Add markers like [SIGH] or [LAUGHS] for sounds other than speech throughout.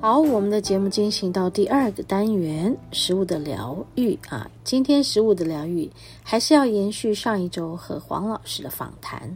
好，我们的节目进行到第二个单元——食物的疗愈啊。今天食物的疗愈还是要延续上一周和黄老师的访谈，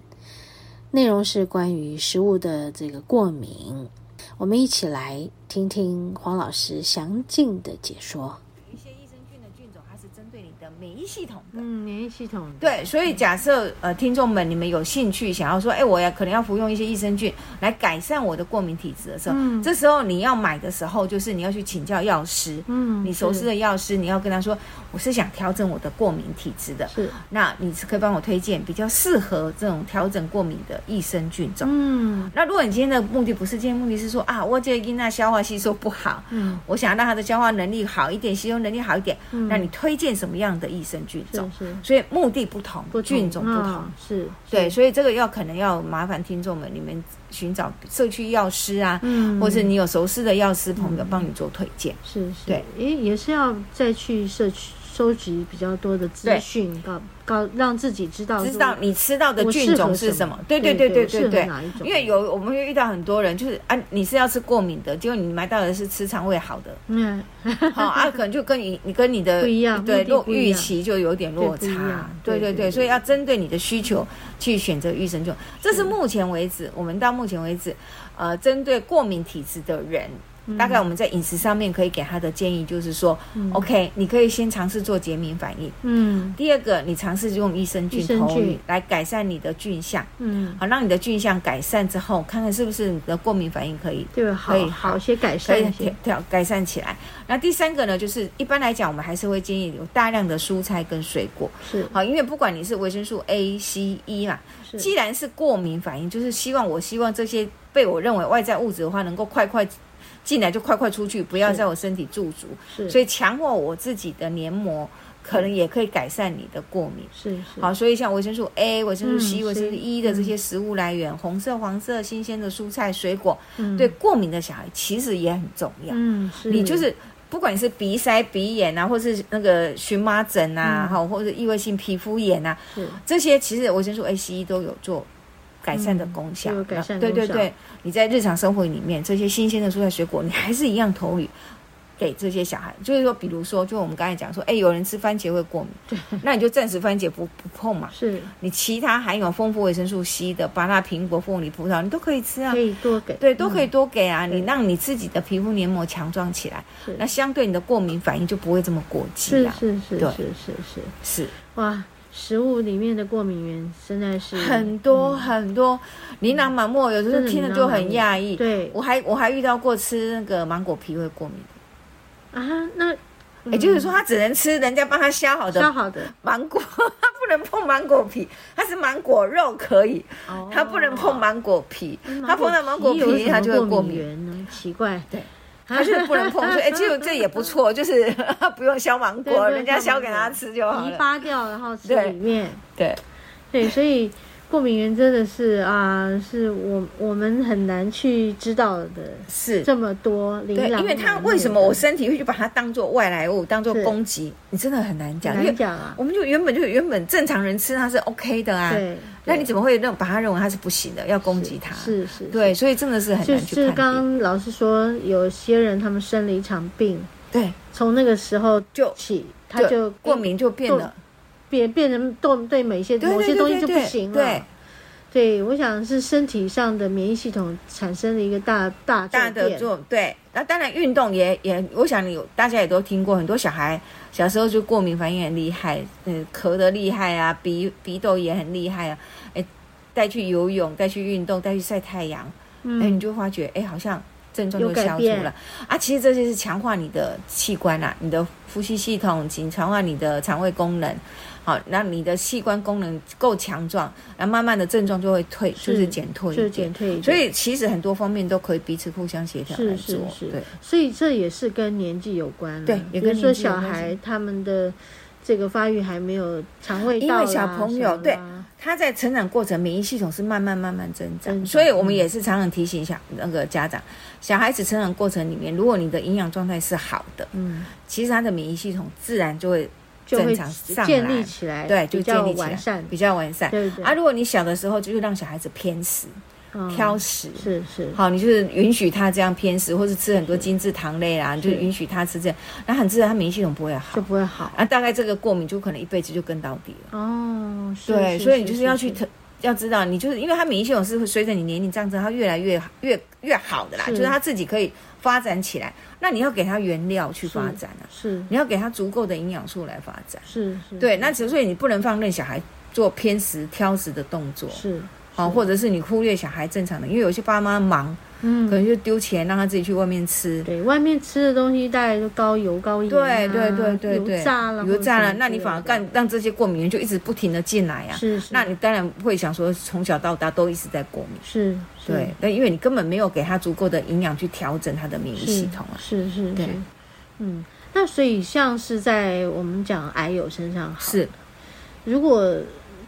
内容是关于食物的这个过敏。我们一起来听听黄老师详尽的解说。有一些益生菌的菌种，它是针对你的免疫系统的。嗯，免疫系统对，所以假设呃，听众们你们有兴趣想要说，哎，我要可能要服用一些益生菌来改善我的过敏体质的时候，嗯这时候你要买的时候，就是你要去请教药师，嗯你熟识的药师，你要跟他说，我是想调整我的过敏体质的，是，那你是可以帮我推荐比较适合这种调整过敏的益生菌种。嗯那如果你今天的目的不是，今天目的是说啊，我这个囡娜消化吸收不好，嗯，我想要让他的消化能力好一点，吸收能力好一点，嗯那你推荐什么样的益生菌种是？是所以目的不同，不同菌种不同。嗯啊是，对，所以这个要可能要麻烦听众们，你们寻找社区药师啊，嗯或是你有熟识的药师朋友帮你做推荐。是是，对，也也是要再去社区收集比较多的资对讯，告告让自己知道知道说你吃到嗯的我菌适种合是什什么么？对对对对对对对对适合哪一种因为有我们会遇到很多人，就是啊，你是要吃过敏的，结果你买到的是吃肠胃好的，嗯 [LAUGHS] 好啊，可能就跟你你跟你的不一样对目的落不一预样期就有点落对不一差样，对对对对对，对所以要针对你的需求去选择益生菌。这是目前为止，我们到目前为止，呃，针对过敏体质的人，嗯大概我们在饮食上面可以给他的建议就是说，OK，你可以先尝试做节敏反应。嗯第二个，你尝试用益生菌益生投菌予来改善你的菌相，嗯，好，让你的菌相改善之后，看看是不是你的过敏反应可以对，好可以好好些改可善以一调些，调改善起来。那第三个呢，就是一般来讲，我们还是会建议有大量的蔬菜跟水果，是好，因为不管你是维生素 A、C、E 嘛，是既然是过敏反应，就是希望我希望这些被我认为外在物质的话，能够快快进来就快快出去，不要是在我身体驻足，是，所以以强化我自己的黏膜，可能也可以改善你的过敏。是是好，所以像维生素 A、维生素 C、嗯维生素 C， E 的这嗯些食物来源，红色、黄色、新鲜的蔬菜、水果，嗯对过敏的小孩其实也很重要。嗯是，你就是不管你是鼻塞、鼻炎啊，或是那个荨麻疹啊，嗯哈、或者异位性皮肤炎啊，是这些其实维生素 A、C 哎都有做改善的功效。嗯都有改善对对功效对，你在日常生活里面，这些新鲜的蔬菜水果，你还是一样投予。给这些小孩，就是说，比如说，就我们刚才讲说，哎，有人吃番茄会过敏，那你就暂时番茄不不碰嘛。是你其他含有丰富维生素 C 的，芭乐、苹果、凤梨、葡萄，你都可以吃啊可。以多给，对，都可以嗯多给啊，你对让你自己的皮肤黏膜强壮起来是，那相对你的过敏反应就不会这么过激是啦。是是啊对是是是，是哇，食物里面的过敏源真的是很多很多琳琅满目，有时候嗯真的听了琳就琅很满目讶异。对我还我还遇到过吃那个芒果皮会过敏的，啊，那也哎就是说他只能吃人家帮他削好嗯削的好的，芒果， [LAUGHS] 他不能碰芒果皮，他是芒果肉可以，哦他不能碰芒果皮，他碰到芒果嗯有皮什他么就会过敏敏。源呢？奇怪，对， [LAUGHS] 他就是不能碰，所以哎，其实这也不错，就是 [LAUGHS] 不用削芒对不果，用人家削削芒给果他吃就好皮了。扒掉，然后吃对里面。对，对，所以过敏源真的是啊，是我我们很难去知道的是。这么多琳对，琅满目的。因为他为什么我身体会去把它当做外来物，当做是攻击，你真的很难讲。很因难为讲啊？我们就原本就原本正常人吃它是 OK 的啊，对，那你对怎么会认把它认为它是不行的，要攻击它？，是是，对，所以真的是很是就难去是判刚定。刚老师说，有些人他们生了一场病，对，从那个时候就起，他就过敏就变了，变变成对对某些对某些对对东西对就不对行了。对，对，我想是身体上的免疫系统产生了一个大大大骤的变做对，那当然运动也也，我想你有大家也都听过，很多小孩小时候就过敏反应很厉害，嗯，咳得厉害啊，鼻鼻窦也很厉害啊，哎，带去游泳，带去运动，带去晒太阳，哎、你嗯，就发觉哎，好像症状有就改消除变了啊。其实这就是啊强化你的器官啦、你的呼吸系统，强化你的肠胃功能，好，那你的器官功能够强壮，然后慢慢的症状就会退，是就是减退就一是减点。退一点。所以其实很多方面都可以彼此互相协调是来是做，是对，所以这也是跟年纪有关了。对比也跟如说年纪有小关系孩他们的这个发育还没有肠胃道啦啊因为小朋什友么啊啦对他在成长过程，免疫系统是慢慢慢慢增长，增长所以我们也是常常提醒小那个家长，小孩子成长过程里面，如果你的营养状态是好的，嗯，其实他的免疫系统自然就会就会正常上来建立起来，对就比较建立起来完善，比较完善。对对啊，如果你小的时候就是让小孩子偏食、嗯挑食，是是好，你就是允许他这样偏食，或是吃很多精致糖类啊啦，你就是允许他吃这样，那很自然他免疫系统不会好就。不会好啊，大概这个过敏就可能一辈子就跟到底了。哦。是对，是所以你就是要去是特要知道，你就是因为他免疫系统是会随着你年龄上升，它越来越越越好的啦，是就是他自己可以发展起来。那你要给他原料去发展啊，是你要给他足够的营养素来发展。是是是对，那只所以你不能放任小孩做偏食挑食的动作，是好，是啊或者是你忽略小孩正常的，因为有些爸妈忙，可嗯，能就丢钱让他自己去外面吃。对外面吃的东西大概都高油高盐啊、对对对对对，油炸了，油炸了，或者什么之类的啊那你反而干让这些过敏源就一直不停的进来呀、啊啊是是那你当然会想说，从小到大都一直在过敏。是是对，那因为你根本没有给他足够的营养去调整他的免疫系统啊。是是对是，嗯，那所以像是在我们讲癌友身上好，是，如果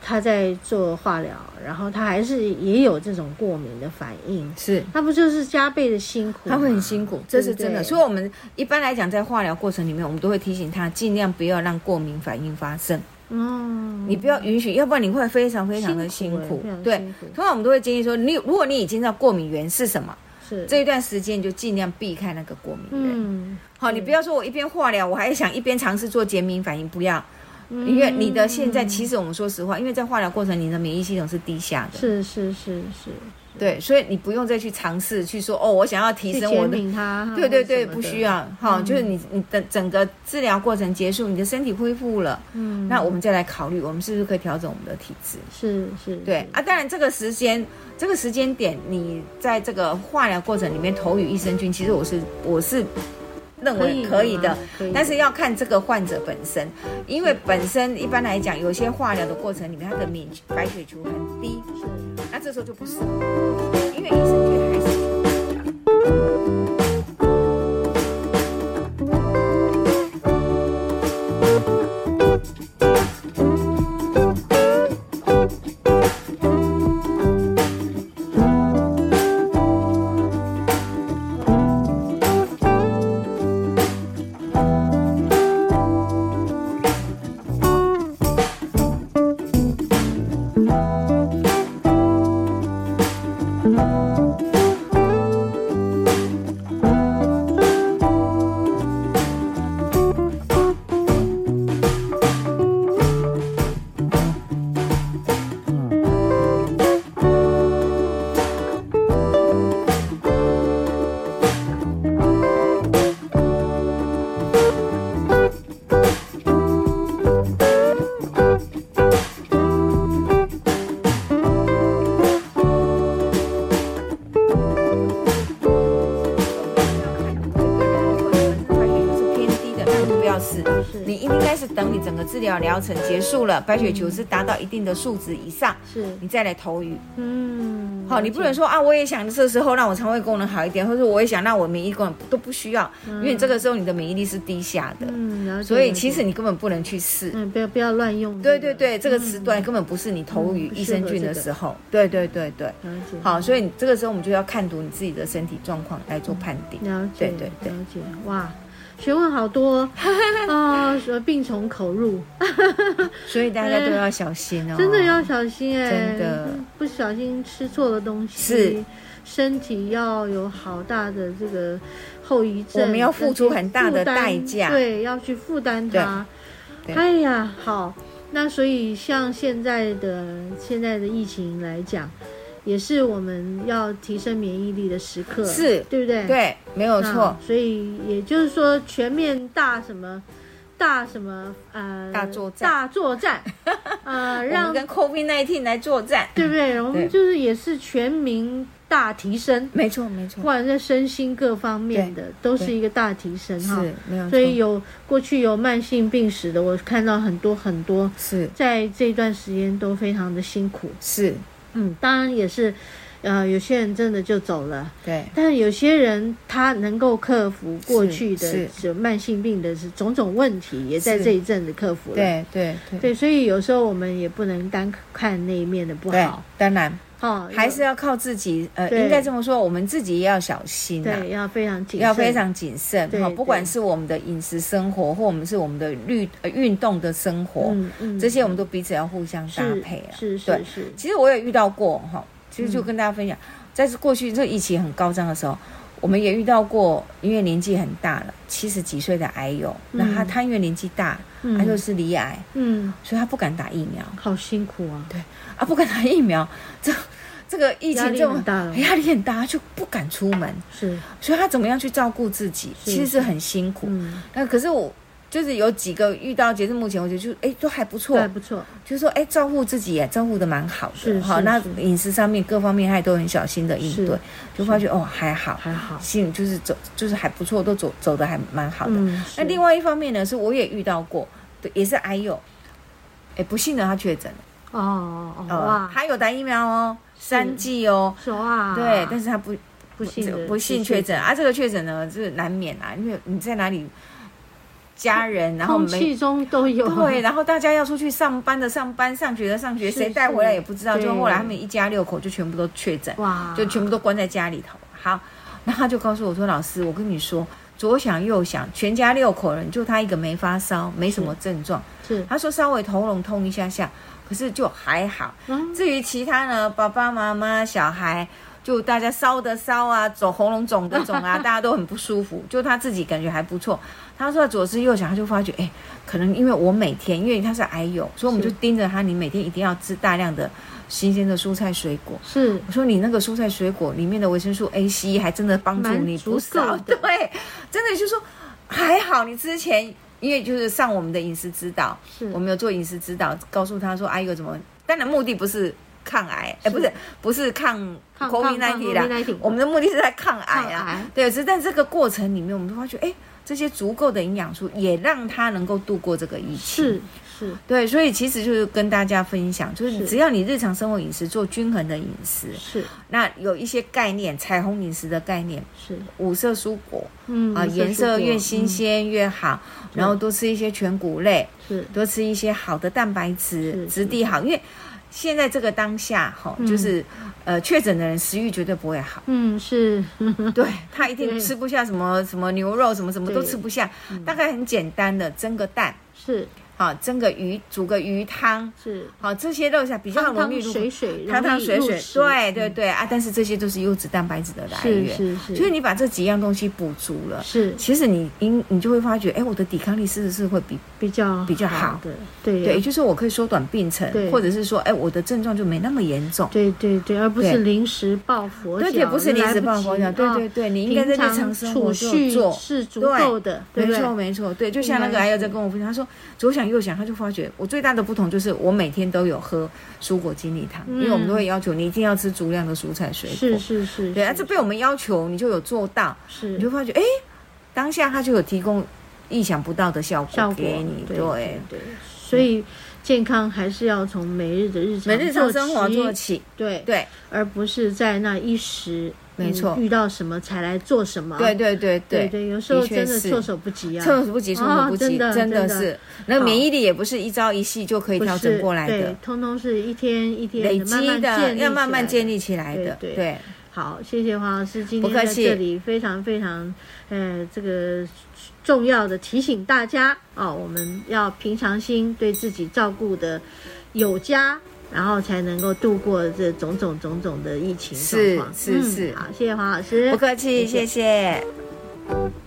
他在做化疗，然后他还是也有这种过敏的反应，是，那不就是加倍的辛苦吗？他会很辛苦，这是真对不的。对所以，我们一般来讲，在化疗过程里面，我们都会提醒他尽量不要让过敏反应发生，嗯，你不要允许，要不然你会非常非常的辛辛苦欸苦非常。对辛苦，通常我们都会建议说，你如果你已经知道过敏源是什么，是这一段时间你就尽量避开那个过敏源。嗯，好，你不要说我一边化疗，我还想一边尝试做减敏反应，不要，因为你的现在其实实我们说实话，因为在化疗过程，你的免疫系统是低下的，是是是是对，所以你不用再去尝试去说哦，我想要提去升我减的，敏他，对对对，什么不的嗯需，要哈、就是你你的整个治疗过程结束，你的身体恢复了，嗯，那我们再来考虑，我们是不是可以调整我们的体质？是是对啊，当然这个时间这个时间点，你在这个化疗过程里面投予益生菌，其实我是我是认为可以的吗。，可以但是要看这个患者本身，因为本身一般来讲，有些化疗的过程里面，他的免白血球很低，是那这时候就不适合，因为益生菌还是。白血球是偏低的，那就不要试。是你应该是等你整个治疗疗程结束了，白血球是达到一定的数值以上，是你再来投鱼。嗯，好，你不能说啊，我也想这时候让我肠胃功能好一点，或者我也想让我免疫功能都不需要，因为这个时候你的免疫力是低下的，嗯，了解所以了解其实你根本不能去试。嗯，不要不要乱用。对对对，这个时词段根本不是你投予嗯益生菌的时候。对对对对，了解，好，所以你这个时候我们就要看读你自己的身体状况来做判定。了解，对对对了解，哇，学问好多 [LAUGHS] 啊，什么病从口入，所以大家都要小心哦，真的要小心哎，真的不小心吃错了东西，是身体要有好大的这个后遗症，我们要付出很大跟负的担代价对，要去负担它。对对哎呀，好，那所以像现在的现在的疫情来讲。也是我们要提升免疫力的时刻，是对不对？对，没有那错，所以也就是说，全面大什么大什么呃大作战大作战，呃， [LAUGHS] 我们让跟 COVID 1 9来作战。对不对？我们嗯对嗯就是也是全民大提升，没错没错不，管在身心各方面的都是一个大提升哈。是没有错，所以有过去有慢性病史的，我看到很多很多，是在这段时间都非常的辛苦。是，嗯，当然也是，呃，有些人真的就走了，对但有些人他能够克服过去的是这慢性病的种种问题，也在是这一阵子克服了。对对对对，所以有时候我们也不能单看那一面的不对好，，当然哈，还是要靠自己，呃，对应该这么说，我们自己也要小心啊。对要非常谨慎，要非常谨慎对哈，对不管是我们的饮食生活，或我们是我们的律呃运动的生活，嗯嗯这些我们都彼此要互相搭是配啊。是是对是，其实我也遇到过哈，其实就跟大家分享，在过去这疫情很高涨的时候，我们也遇到过，因为年纪很大了，七十几岁的癌友，嗯那他他因为年纪大，他就嗯是罹癌，嗯，所以他不敢打疫苗好辛苦啊，啊，不敢打疫苗，这这个疫压情力这很么哎大了压力很大，他就不敢出门，是，所以他怎么样去照顾自己，是其实是很辛苦。嗯，那可是我就是有几个遇到，截至目前我觉得就哎都还不错，对，不错，就是说哎照顾自己也照顾的蛮好是的，是好那是饮食上面各方面他也都很小心的应对是，就发觉哦还好，还好，心就是走就是还不错，都走走的还蛮好的。嗯，那另外外一方面呢，是我也遇到过，对，也是癌友，哎不幸的他确诊了，哦哦呃哇，他有打疫苗哦，三剂哦，手啊，对，但是他不不幸的不幸确，诊啊，这个确诊呢是难免啊，因为你在哪里，家人然后空没气中都有，对，然后大家要出去上班的上班，上学的上学，是谁带回来也不知道，是就后来他对们一家六口就全部都确诊，哇，就全部都关在家里头。好，那他就告诉我说，老师，我跟你说。左想右想，全家六口人就他一个没发烧，没什么症状。是，他说稍微喉咙痛一下下，可是就还好。嗯，至于其他呢，爸爸妈妈、小孩，就大家烧的烧啊，肿喉咙肿的肿 [LAUGHS] 啊，大家都很不舒服。就他自己感觉还不错，他说左思右想，他就发觉，哎，可能因为我每天，因为他是癌友，所以我们是就盯着他，你每天一定要吃大量的新鲜的蔬菜水果。是我说你那个蔬菜水果里面的维生素 A、C 还真的帮助蛮你足不少，够的 [LAUGHS] 对，真的就是说还好你之前。因为就是上我们的饮食指导，是，我们有做饮食指导，告诉他说，哎、有怎么？当然目的不是抗癌，哎、是不是不是抗抗抗抗 COVID nineteen 啦， COVID-19 我们的目的是在抗癌抗啊癌。对，只是在这个过程里面，我们就发觉，哎、这些足够的营养素也让他能够度过这个疫情。是是对，所以其实就是跟大家分享，就是是只要你日常生活饮食做均衡的饮食，是那有一些概念，彩虹饮食的概念，是，五色蔬果嗯啊、颜色越新，鲜越好，然后多吃一些全谷类。是多吃一些好的蛋白质是，质地好，因为现在这个当下哈，嗯，就是、呃确诊的人食欲绝对不会好嗯是，对他一定对吃不下什么什么牛肉，什么什么对嗯都吃不下，大概很简单的蒸个蛋，是好蒸个鱼，煮个鱼汤，是好这些肉下比较汤容易汤入水水，汤汤水水，对对对，对啊，但是这些都是优质蛋白质的来嗯是源，是是，所以你把这几样东西补足了。是其实你应你就会发觉，哎，我的抵抗力是不是会比比较比较好好的，对对，呀就是我可以缩短病程对，或者是说，哎，我的症状就没那么严重。对对对，而不是对临时抱佛脚，对对，不是临时抱佛脚，来不及对对，对，你你应该在日常生储活就蓄做。是足对够的，对没不错对？没错，对，就像那应个该癌友在是跟我分享，他说左想右想，他就发觉我最大的不同就是我每天都有喝蔬果精力汤，因为我们都会要求你一定要吃足量的蔬菜水是果。是是，对啊，是这被我们要求，你就有做到，是你就发觉哎，当下他就有提供意想不到的效效果果给你，对对，对，所以健康还是要从每日的日常每日做常生活起做起，对，对而不是在那一时没你错遇到什么才来做什么，对对对对对，有时候的确真的是措手不及啊，措手不及，措手不及，哦真的真真的的是，那好免疫力也不是一朝一夕就可以不调整是过来对的，，通通是一天一天地累积慢慢建立要慢起慢来建的立起来的，对对对，好，谢谢黄老师今不天客在气这里非常非常，呃，这个重要的提醒大家哦，我们要平常心对自己照顾的有加，然后才能够度过这种种种种的疫情状况。是是是嗯，好，谢谢黄老师，不客气，谢谢谢谢